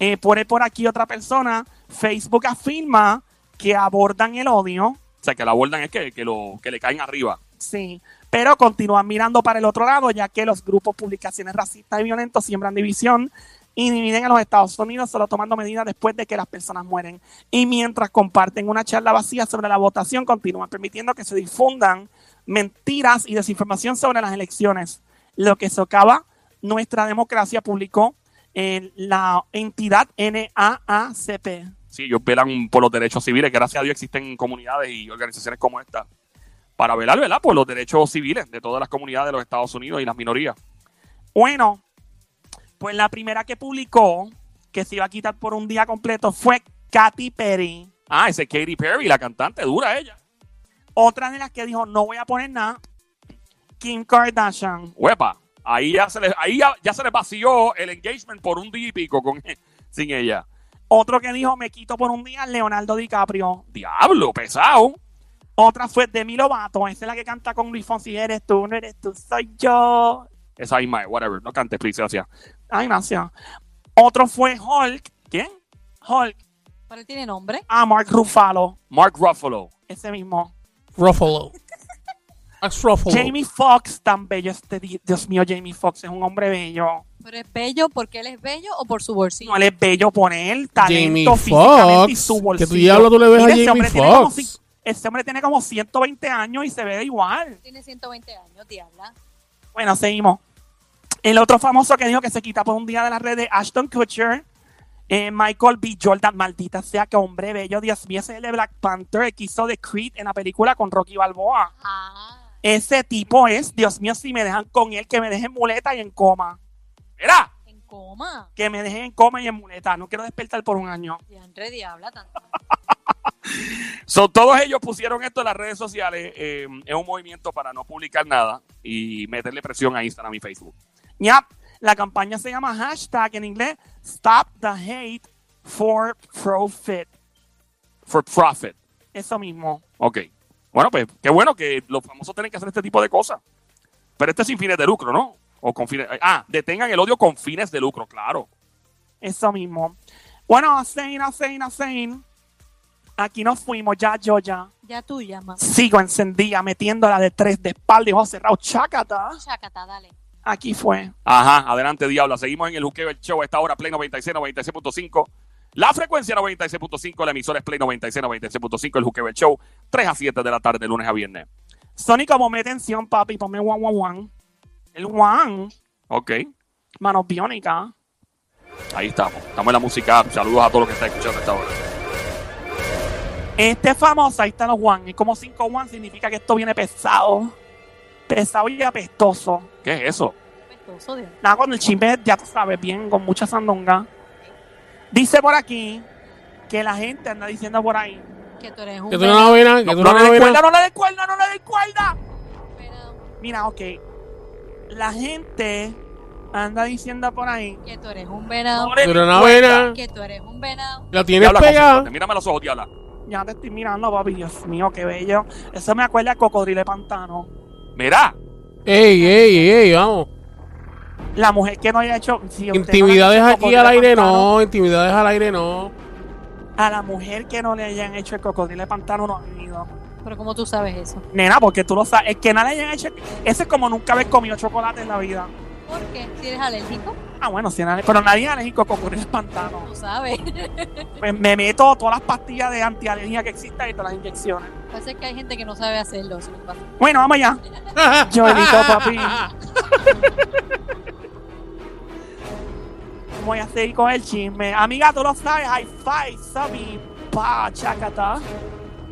Speaker 3: Eh, pone por aquí otra persona. Facebook afirma que abordan el odio.
Speaker 1: O sea, que la abordan es que, que lo, que le caen arriba.
Speaker 3: Sí. Pero continúan mirando para el otro lado, ya que los grupos publicaciones racistas y violentos siembran división y dividen a los Estados Unidos solo tomando medidas después de que las personas mueren. Y mientras comparten una charla vacía sobre la votación, continúan permitiendo que se difundan mentiras y desinformación sobre las elecciones, lo que socava nuestra democracia, publicó eh, la entidad NAACP.
Speaker 1: Sí, ellos velan por los derechos civiles. Gracias a Dios existen comunidades y organizaciones como esta para velar, ¿verdad? Por los derechos civiles de todas las comunidades de los Estados Unidos y las minorías.
Speaker 3: Bueno, pues la primera que publicó, que se iba a quitar por un día completo, fue Katy Perry.
Speaker 1: Ah, ese Katy Perry, la cantante, dura ella.
Speaker 3: Otra de las que dijo, no voy a poner nada, Kim Kardashian.
Speaker 1: Huepa, ahí ya se les, ahí ya, ya se les vació el engagement por un día y pico con, sin ella.
Speaker 3: Otro que dijo, me quito por un día, Leonardo DiCaprio.
Speaker 1: Diablo, pesado.
Speaker 3: Otra fue Demi Lovato, esa es la que canta con Luis Fonsi, eres tú, no eres tú, soy yo.
Speaker 1: Esa misma, whatever. No cantes, please, gracias.
Speaker 3: Ay, gracias. Otro fue Hulk,
Speaker 1: ¿Quién?
Speaker 3: Hulk,
Speaker 2: Pero él tiene nombre.
Speaker 3: a Mark Ruffalo,
Speaker 1: Mark Ruffalo.
Speaker 3: ese mismo.
Speaker 4: Ruffalo. Max Ruffalo.
Speaker 3: Jamie Foxx, tan bello este, di- Dios mío, Jamie Foxx es un hombre bello.
Speaker 2: Pero es bello porque él es bello o por su bolsillo.
Speaker 3: No, él es bello por él,
Speaker 4: Jamie
Speaker 3: talento físicamente y
Speaker 4: Foxx.
Speaker 3: su bolsillo.
Speaker 4: Que tú diablo tú le ves a
Speaker 3: Mira, ese
Speaker 4: Jamie
Speaker 3: hombre tiene como
Speaker 4: Foxx.
Speaker 3: si- Ese hombre tiene como 120 años y se ve igual.
Speaker 2: Tiene 120 años, diabla.
Speaker 3: Bueno, seguimos. El otro famoso que dijo que se quita por un día de las redes, Ashton Kutcher, eh, Michael B. Jordan, maldita sea, que hombre bello, Dios mío, ese es el de Black Panther, el que hizo de Creed en la película con Rocky Balboa.
Speaker 2: Ah,
Speaker 3: Ese tipo es, Dios mío, si me dejan con él, que me dejen muleta y en coma.
Speaker 1: Mira,
Speaker 2: en coma.
Speaker 3: Que me dejen en coma y en muleta. No quiero despertar por un año.
Speaker 2: Diantre, diabla, tanto.
Speaker 1: so, todos ellos pusieron esto en las redes sociales. eh, es un movimiento para no publicar nada y meterle presión a Instagram y Facebook.
Speaker 3: Yap, la campaña se llama hashtag en inglés Stop the Hate for Profit.
Speaker 1: For profit.
Speaker 3: Eso mismo.
Speaker 1: Ok. Bueno, pues qué bueno que los famosos tienen que hacer este tipo de cosas. Pero este es sin fines de lucro, ¿no? O con fines. Ah, detengan el odio con fines de lucro, claro.
Speaker 3: Eso mismo. Bueno, Asein, Asein, Asein. Aquí nos fuimos, ya, yo, ya.
Speaker 2: Ya tú llamas.
Speaker 3: Sigo encendida, metiéndola de tres de espalda y ojos cerrados. Chácata.
Speaker 2: Chacata, dale.
Speaker 3: Aquí fue.
Speaker 1: Ajá, adelante, Diabla. Seguimos en el Juqueo del Show. A esta hora, Play 96, 96.5. La frecuencia 96.5. La emisora es Play 96, 96.5. El Juqueo del Show. 3 a 7 de la tarde, lunes a viernes.
Speaker 3: Sony, como me tensión, papi, ponme one, one, one. El one,
Speaker 1: Ok,
Speaker 3: manos biónicas.
Speaker 1: ahí estamos. Estamos en la música. Saludos a todos los que están escuchando a esta hora.
Speaker 3: Este famoso, ahí están los one. Y como cinco one significa que esto viene pesado. Pesado y apestoso.
Speaker 1: ¿Qué es eso?
Speaker 2: Pestoso, diabla.
Speaker 3: Nada, cuando el chisme ya tú sabes bien, con mucha sandonga. Dice por aquí que la gente anda diciendo por ahí.
Speaker 2: Que tú eres un
Speaker 4: Que tú no la venas, que
Speaker 1: No,
Speaker 4: tú
Speaker 1: no
Speaker 4: no
Speaker 1: le
Speaker 4: la
Speaker 1: des
Speaker 4: venas.
Speaker 3: ¡No le des cuerda, no le des cuerda!
Speaker 2: pero
Speaker 3: Mira, ok. La gente anda diciendo por ahí.
Speaker 2: Que tú eres un venado.
Speaker 3: "No le
Speaker 4: Pero
Speaker 3: des
Speaker 4: no eh. la
Speaker 3: cuerda".
Speaker 4: venas.
Speaker 2: Que tú eres un venado.
Speaker 4: La tienes
Speaker 1: Diabla,
Speaker 4: pegada.
Speaker 1: concéntrate. mírame a los ojos, Diabla.
Speaker 3: Ya te estoy mirando, papi. Dios mío, qué bello. Eso me acuerda a Cocodrilo de Pantano.
Speaker 1: Mira,
Speaker 4: Ey, ey, ey, vamos.
Speaker 3: La mujer que no haya hecho. si usted no le ha
Speaker 4: Intimidades
Speaker 3: hecho el
Speaker 4: aquí
Speaker 3: Cocodrilo
Speaker 4: al
Speaker 3: de
Speaker 4: aire
Speaker 3: Pantano,
Speaker 4: no, intimidades al aire no.
Speaker 3: A la mujer que no le hayan hecho el Cocodrilo de Pantano no ha venido.
Speaker 2: Pero como tú sabes eso.
Speaker 3: Nena, porque tú lo sabes. Es que no le hayan hecho. Ese es como nunca haber comido chocolate en la vida.
Speaker 2: ¿Por qué? Si eres alérgico,
Speaker 3: Ah, bueno, sí, nadie- pero nadie es alérgico a Cocodrilo de Pantano.
Speaker 2: tú sabes.
Speaker 3: Pues me meto todas las pastillas de antialergia que existan y todas las inyecciones.
Speaker 2: Parece que hay gente que no sabe hacerlo. eso me pasa.
Speaker 3: Bueno, vamos allá. Joelito, papi. Voy a seguir con el chisme. Amiga, tú lo sabes. High five, Sammy. Pa, chacata.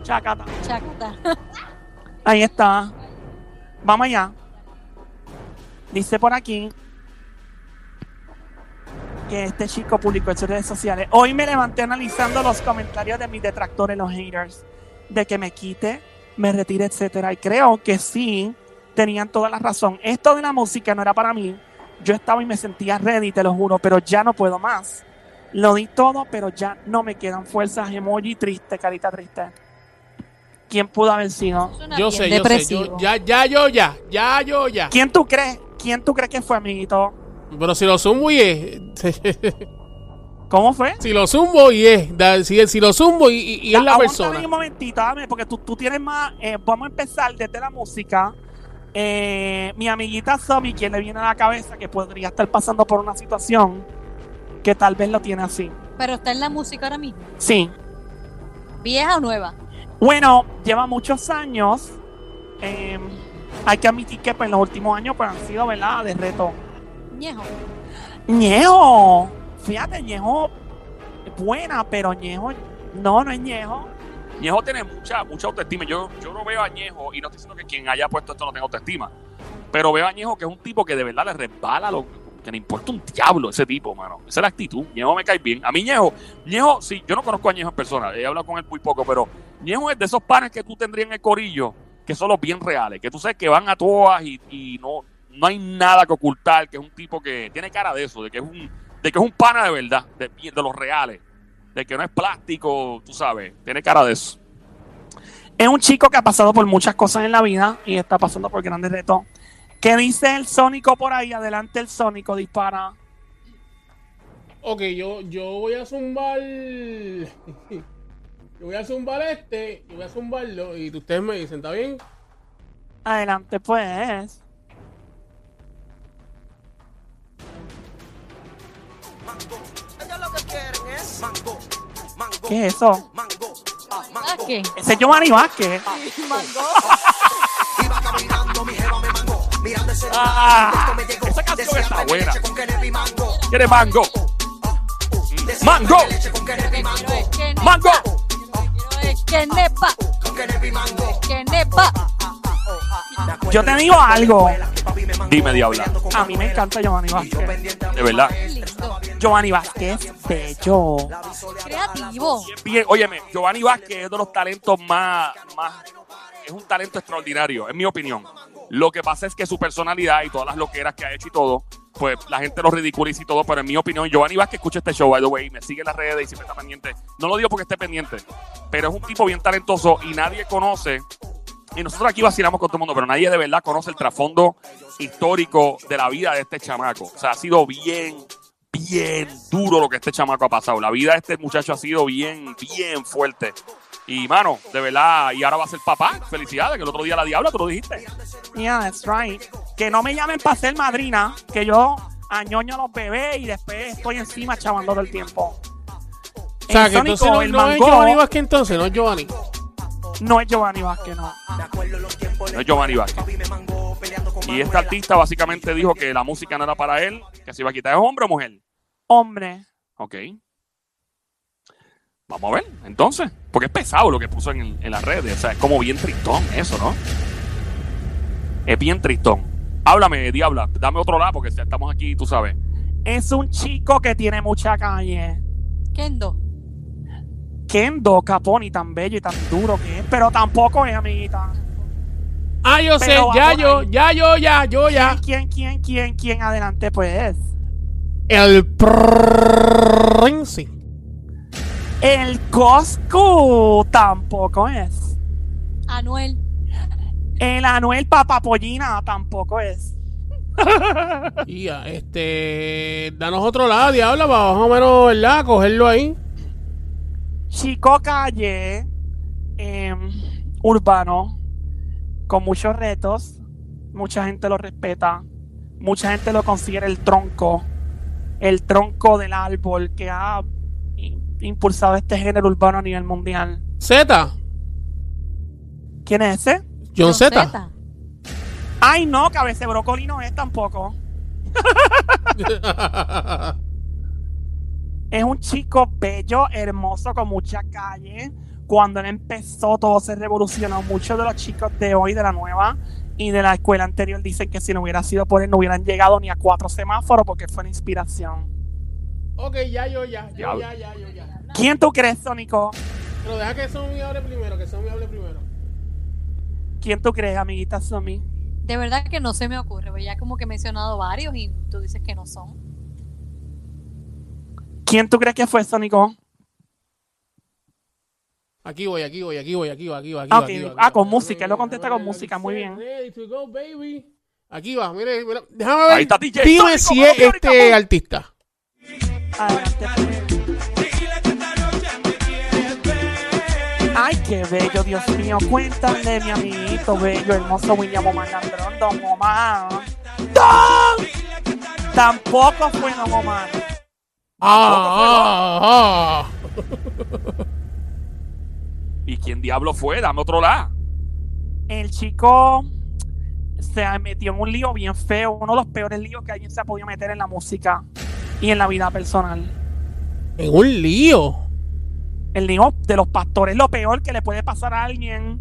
Speaker 3: Chacata.
Speaker 2: Chacata.
Speaker 3: Ahí está. Vamos allá. Dice por aquí que este chico publicó en sus redes sociales. Hoy me levanté analizando los comentarios de mis detractores, los haters, de que me quite, me retire, etcétera. Y creo que sí tenían toda la razón. Esto de la música no era para mí. Yo estaba y me sentía ready, te lo juro, pero ya no puedo más. Lo di todo, pero ya no me quedan fuerzas. Emoji triste, carita triste. ¿Quién pudo haber sido?
Speaker 2: Suena
Speaker 4: Yo
Speaker 2: bien
Speaker 4: sé, yo sé.
Speaker 2: depresivo.
Speaker 4: Yo, ya, ya, yo, ya. Ya, yo, ya.
Speaker 3: ¿Quién tú crees? ¿Quién tú crees que fue, amiguito?
Speaker 4: Pero si lo sumo y es.
Speaker 3: ¿Cómo fue?
Speaker 4: si lo sumo y es. Da- Si, si lo sumo y, y- y es la
Speaker 3: Aguántame
Speaker 4: persona.
Speaker 3: un momentito, dame, porque tú, tú tienes más. eh, vamos a empezar desde la música. Eh, mi amiguita Somi, quien le viene a la cabeza que podría estar pasando por una situación que tal vez lo tiene así.
Speaker 2: Pero está en la música ahora mismo.
Speaker 3: Sí.
Speaker 2: ¿Vieja o nueva?
Speaker 3: Bueno, lleva muchos años. eh, hay que admitir que pues, en los últimos años pues, han sido, ¿verdad?, de reto.
Speaker 2: Viejo.
Speaker 3: Ñejo. Fíjate, Ñejo es buena, pero Ñejo. No, no es Ñejo.
Speaker 1: Ñejo tiene mucha, mucha autoestima. Yo, yo no veo a Ñejo, y no estoy diciendo que quien haya puesto esto no tenga autoestima, pero veo a Ñejo que es un tipo que de verdad le resbala lo que le importa un diablo ese tipo, mano. Esa es la actitud. Ñejo me cae bien. A mí Ñejo, Ñejo, sí, yo no conozco a Ñejo en persona, he hablado con él muy poco, pero Ñejo es de esos panes que tú tendrías en el corillo, que son los bien reales, que tú sabes que van a todas y, y no, no hay nada que ocultar, que es un tipo que tiene cara de eso, de que es un, de que es un pana de verdad, de, de los reales, de que no es plástico, tú sabes, tiene cara de eso.
Speaker 3: Es un chico que ha pasado por muchas cosas en la vida y está pasando por grandes retos. ¿Qué dice el Sónico por ahí? Adelante el Sónico, dispara.
Speaker 4: Ok, yo, yo voy a zumbar. yo voy a zumbar este. Y voy a zumbarlo. Y ustedes me dicen, ¿está bien?
Speaker 3: Adelante, pues.
Speaker 5: Mango. Ellos lo que quieren es mango. Mango.
Speaker 3: ¿Qué es eso?
Speaker 5: Mango. Ah,
Speaker 2: ¿Ah,
Speaker 5: mango.
Speaker 2: qué?
Speaker 3: Ese es Giovanni Vázquez.
Speaker 5: Iba caminando, mi jeva me mangó. Mirando ese
Speaker 1: Ah,
Speaker 5: texto me llegó.
Speaker 1: esa canción
Speaker 5: Decía,
Speaker 1: está
Speaker 5: "Tráeme
Speaker 1: buena.
Speaker 5: leche con Kennedy mango.
Speaker 1: ¿Quieres mango?
Speaker 5: Decía,
Speaker 1: Mango.
Speaker 5: "Tráeme leche con Kennedy
Speaker 2: Lo que quiero
Speaker 5: mango.
Speaker 2: es que nepa.
Speaker 1: ¡Mango!
Speaker 2: Lo que quiero es que nepa.
Speaker 5: Con Kennedy mango.
Speaker 2: Que nepa.
Speaker 3: Yo te digo algo.
Speaker 1: Dime, diabla.
Speaker 3: A mí me encanta Giovanni Vázquez.
Speaker 1: De verdad.
Speaker 2: Lindo.
Speaker 3: Giovanni Vázquez, bello.
Speaker 2: Creativo.
Speaker 1: Bien, óyeme, Giovanni Vázquez es de los talentos más, más. Es un talento extraordinario, en mi opinión. Lo que pasa es que su personalidad y todas las loqueras que ha hecho y todo, pues la gente lo ridiculiza y todo, pero en mi opinión, Giovanni Vázquez escucha este show, by the way, me sigue en las redes y siempre está pendiente. No lo digo porque esté pendiente, pero es un tipo bien talentoso y nadie conoce y nosotros aquí vacilamos con todo el mundo, pero nadie de verdad conoce el trasfondo histórico de la vida de este chamaco. O sea, ha sido bien, bien duro lo que este chamaco ha pasado. La vida de este muchacho ha sido bien, bien fuerte. Y, mano, de verdad, y ahora va a ser papá. Felicidades, que el otro día la diabla, tú lo dijiste.
Speaker 3: Yeah, that's right. Que no me llamen para ser madrina, que yo añoño a los bebés y después estoy encima chavando todo el tiempo.
Speaker 4: O sea,
Speaker 3: El
Speaker 4: que entonces
Speaker 3: Sónico,
Speaker 4: no,
Speaker 3: el
Speaker 4: no es
Speaker 3: mango,
Speaker 4: Giovanni Vázquez, entonces, no es Giovanni.
Speaker 3: No es Giovanni Vázquez, no.
Speaker 1: No es Giovanni Vázquez. Y este artista básicamente dijo que la música no era para él, que se iba a quitar. ¿Es hombre o mujer?
Speaker 3: Hombre.
Speaker 1: Ok. Vamos a ver, entonces. Porque es pesado lo que puso en, en las redes. O sea, es como bien tristón eso, ¿no? Es bien tristón. Háblame, diabla. Dame otro lado porque ya estamos aquí, tú sabes.
Speaker 3: Es un chico que tiene mucha calle.
Speaker 2: Kendo.
Speaker 3: Kendo Caponi, tan bello y tan duro que es, pero tampoco es amiguita.
Speaker 4: Ah, yo sé,
Speaker 3: Pero
Speaker 4: ya
Speaker 3: vamos
Speaker 4: yo,
Speaker 3: ahí.
Speaker 4: ya yo, ya, yo, ya.
Speaker 3: ¿Quién, quién, quién, quién? Adelante, pues.
Speaker 4: El Prince.
Speaker 3: El Coscu tampoco es.
Speaker 2: Anuel.
Speaker 3: El Anuel Papapollina tampoco es.
Speaker 4: Y ah, este. Danos otro lado, diabla, para más o menos, ¿verdad? Cogerlo ahí.
Speaker 3: Chico Calle, em, urbano, con muchos retos. Mucha gente lo respeta. Mucha gente lo considera el tronco. El tronco del árbol que ha im- impulsado este género urbano a nivel mundial.
Speaker 4: Z.
Speaker 3: ¿Quién es ese?
Speaker 4: John Z.
Speaker 2: Zeta.
Speaker 3: Ay, no, cabece brócoli no es tampoco. Es un chico bello, hermoso, con mucha calle. Cuando él empezó, todo se revolucionó. Muchos de los chicos de hoy, de la nueva y de la escuela anterior, dicen que si no hubiera sido por él, no hubieran llegado ni a cuatro semáforos porque fue una inspiración.
Speaker 4: ok, ya yo, ya. Yo,
Speaker 1: Diablo.
Speaker 4: ya, ya, yo, ya.
Speaker 3: ¿Quién tú crees, Sónico?
Speaker 4: Pero deja que Son me hable primero, que Son me hable primero.
Speaker 3: ¿Quién tú crees, amiguita Somi?
Speaker 2: De verdad que no se me ocurre, porque ya como que he mencionado varios y tú dices que no son.
Speaker 3: ¿Quién tú crees que fue, Sónico?
Speaker 4: Aquí voy, aquí voy, aquí voy, aquí voy, aquí voy. Aquí
Speaker 3: Ah, ok.
Speaker 4: voy, aquí voy, aquí
Speaker 3: Ah,
Speaker 4: voy.
Speaker 3: con música, él lo contesta
Speaker 4: Ready
Speaker 3: con música, muy bien.
Speaker 4: Ready to go, baby. Aquí va, mire, mira. déjame ver.
Speaker 1: Ahí está DJ Sónico,
Speaker 4: Dime si
Speaker 1: pero
Speaker 4: es
Speaker 1: Sónico,
Speaker 4: este
Speaker 1: pum.
Speaker 4: artista.
Speaker 3: Adelante, pues. Ay, qué bello, Dios mío. Cuéntale, mi amiguito bello, hermoso William Omar Landrón, Don Omar. ¡Don! Tampoco fue Don Omar.
Speaker 4: Ah, ah, ah.
Speaker 1: ¿Y quién diablo fue? Dame otro lado.
Speaker 3: El chico se metió en un lío bien feo, uno de los peores líos que alguien se ha podido meter en la música y en la vida personal.
Speaker 4: En un lío.
Speaker 3: el lío de los pastores, lo peor que le puede pasar a alguien,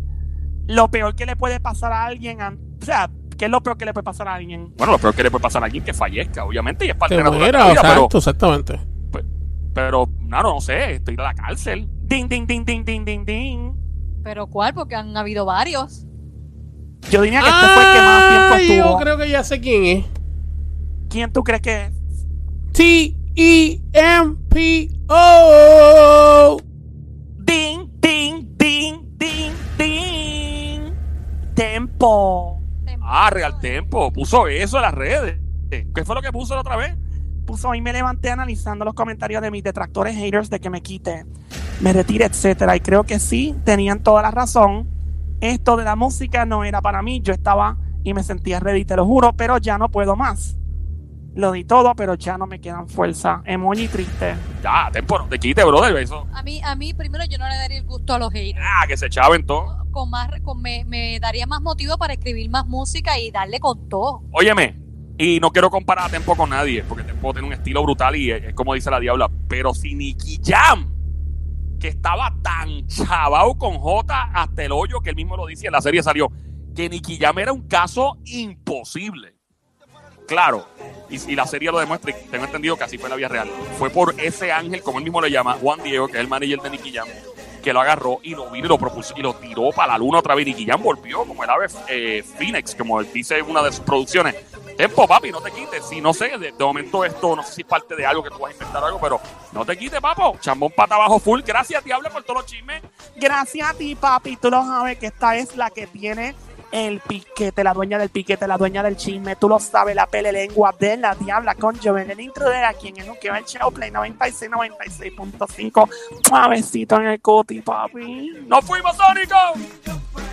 Speaker 3: lo peor que le puede pasar a alguien, an- o sea, ¿qué es lo peor que le puede pasar a alguien?
Speaker 1: Bueno, lo peor que le puede pasar a alguien es que fallezca, obviamente, y es parte
Speaker 4: Te
Speaker 1: natural de
Speaker 4: muera,
Speaker 1: la vida,
Speaker 4: exacto,
Speaker 1: pero,
Speaker 4: exactamente.
Speaker 1: pero, claro, no sé, estoy en la cárcel.
Speaker 3: Ding, ding, ding, ding, ding, ding, ding.
Speaker 2: Pero ¿cuál? Porque han habido varios.
Speaker 3: Yo diría que este fue el que más
Speaker 4: Ay,
Speaker 3: tiempo
Speaker 4: yo
Speaker 3: estuvo.
Speaker 4: creo que ya sé quién es.
Speaker 3: ¿Quién tú crees que es? E
Speaker 4: T-E-M-P-O.
Speaker 3: Ding, ding, ding, ding, ding. Tempo.
Speaker 1: Ah, Real Tempo, puso eso en las redes. ¿Qué fue lo que puso la otra vez?
Speaker 3: Puso hoy me levanté analizando los comentarios de mis detractores haters de que me quite, me retire, etcétera. Y creo que sí, tenían toda la razón. Esto de la música no era para mí. Yo estaba y me sentía ready, te lo juro, pero ya no puedo más. Lo di todo, pero ya no me quedan fuerza. Emoji triste.
Speaker 1: Ya, Tempo, no te quite, brother, eso.
Speaker 2: A mí, a mí primero yo no le daría el gusto a los haters.
Speaker 1: Ah, que se chaven todo.
Speaker 2: Con más, con- me, me daría más motivo para escribir más música y darle con todo.
Speaker 1: Óyeme, y no quiero comparar a Tempo con nadie, porque Tempo tiene un estilo brutal y es, es como dice la diabla, pero si Nicky Jam, que estaba tan chavao con J hasta el hoyo, que él mismo lo dice en la serie salió, que Nicky Jam era un caso imposible. Claro, y, y la serie lo demuestra, y tengo entendido que así fue en la vida real. Fue por ese ángel, como él mismo le llama, Juan Diego, que es el manager de Nicky Jam, que lo agarró y lo vino y lo propulsó y lo tiró para la luna otra vez. Y Nicky Jam volvió como el ave eh, Phoenix, como él dice en una de sus producciones. Tempo, papi, no te quites. Si no sé, de, de momento esto, no sé si es parte de algo que tú vas a inventar algo, pero no te quites, papo. Chambón pata abajo full. Gracias, diablo, por todos los chismes.
Speaker 3: Gracias a ti, papi. Tú lo sabes que esta es la que tiene el piquete, la dueña del piquete, la dueña del chisme. Tú lo sabes, la pele lengua de la diabla con Joel, el intrudera, quien es lo que va el show Play 96, 96.5. Suavecito en el coti, papi.
Speaker 1: ¡Nos fuimos, Sónico!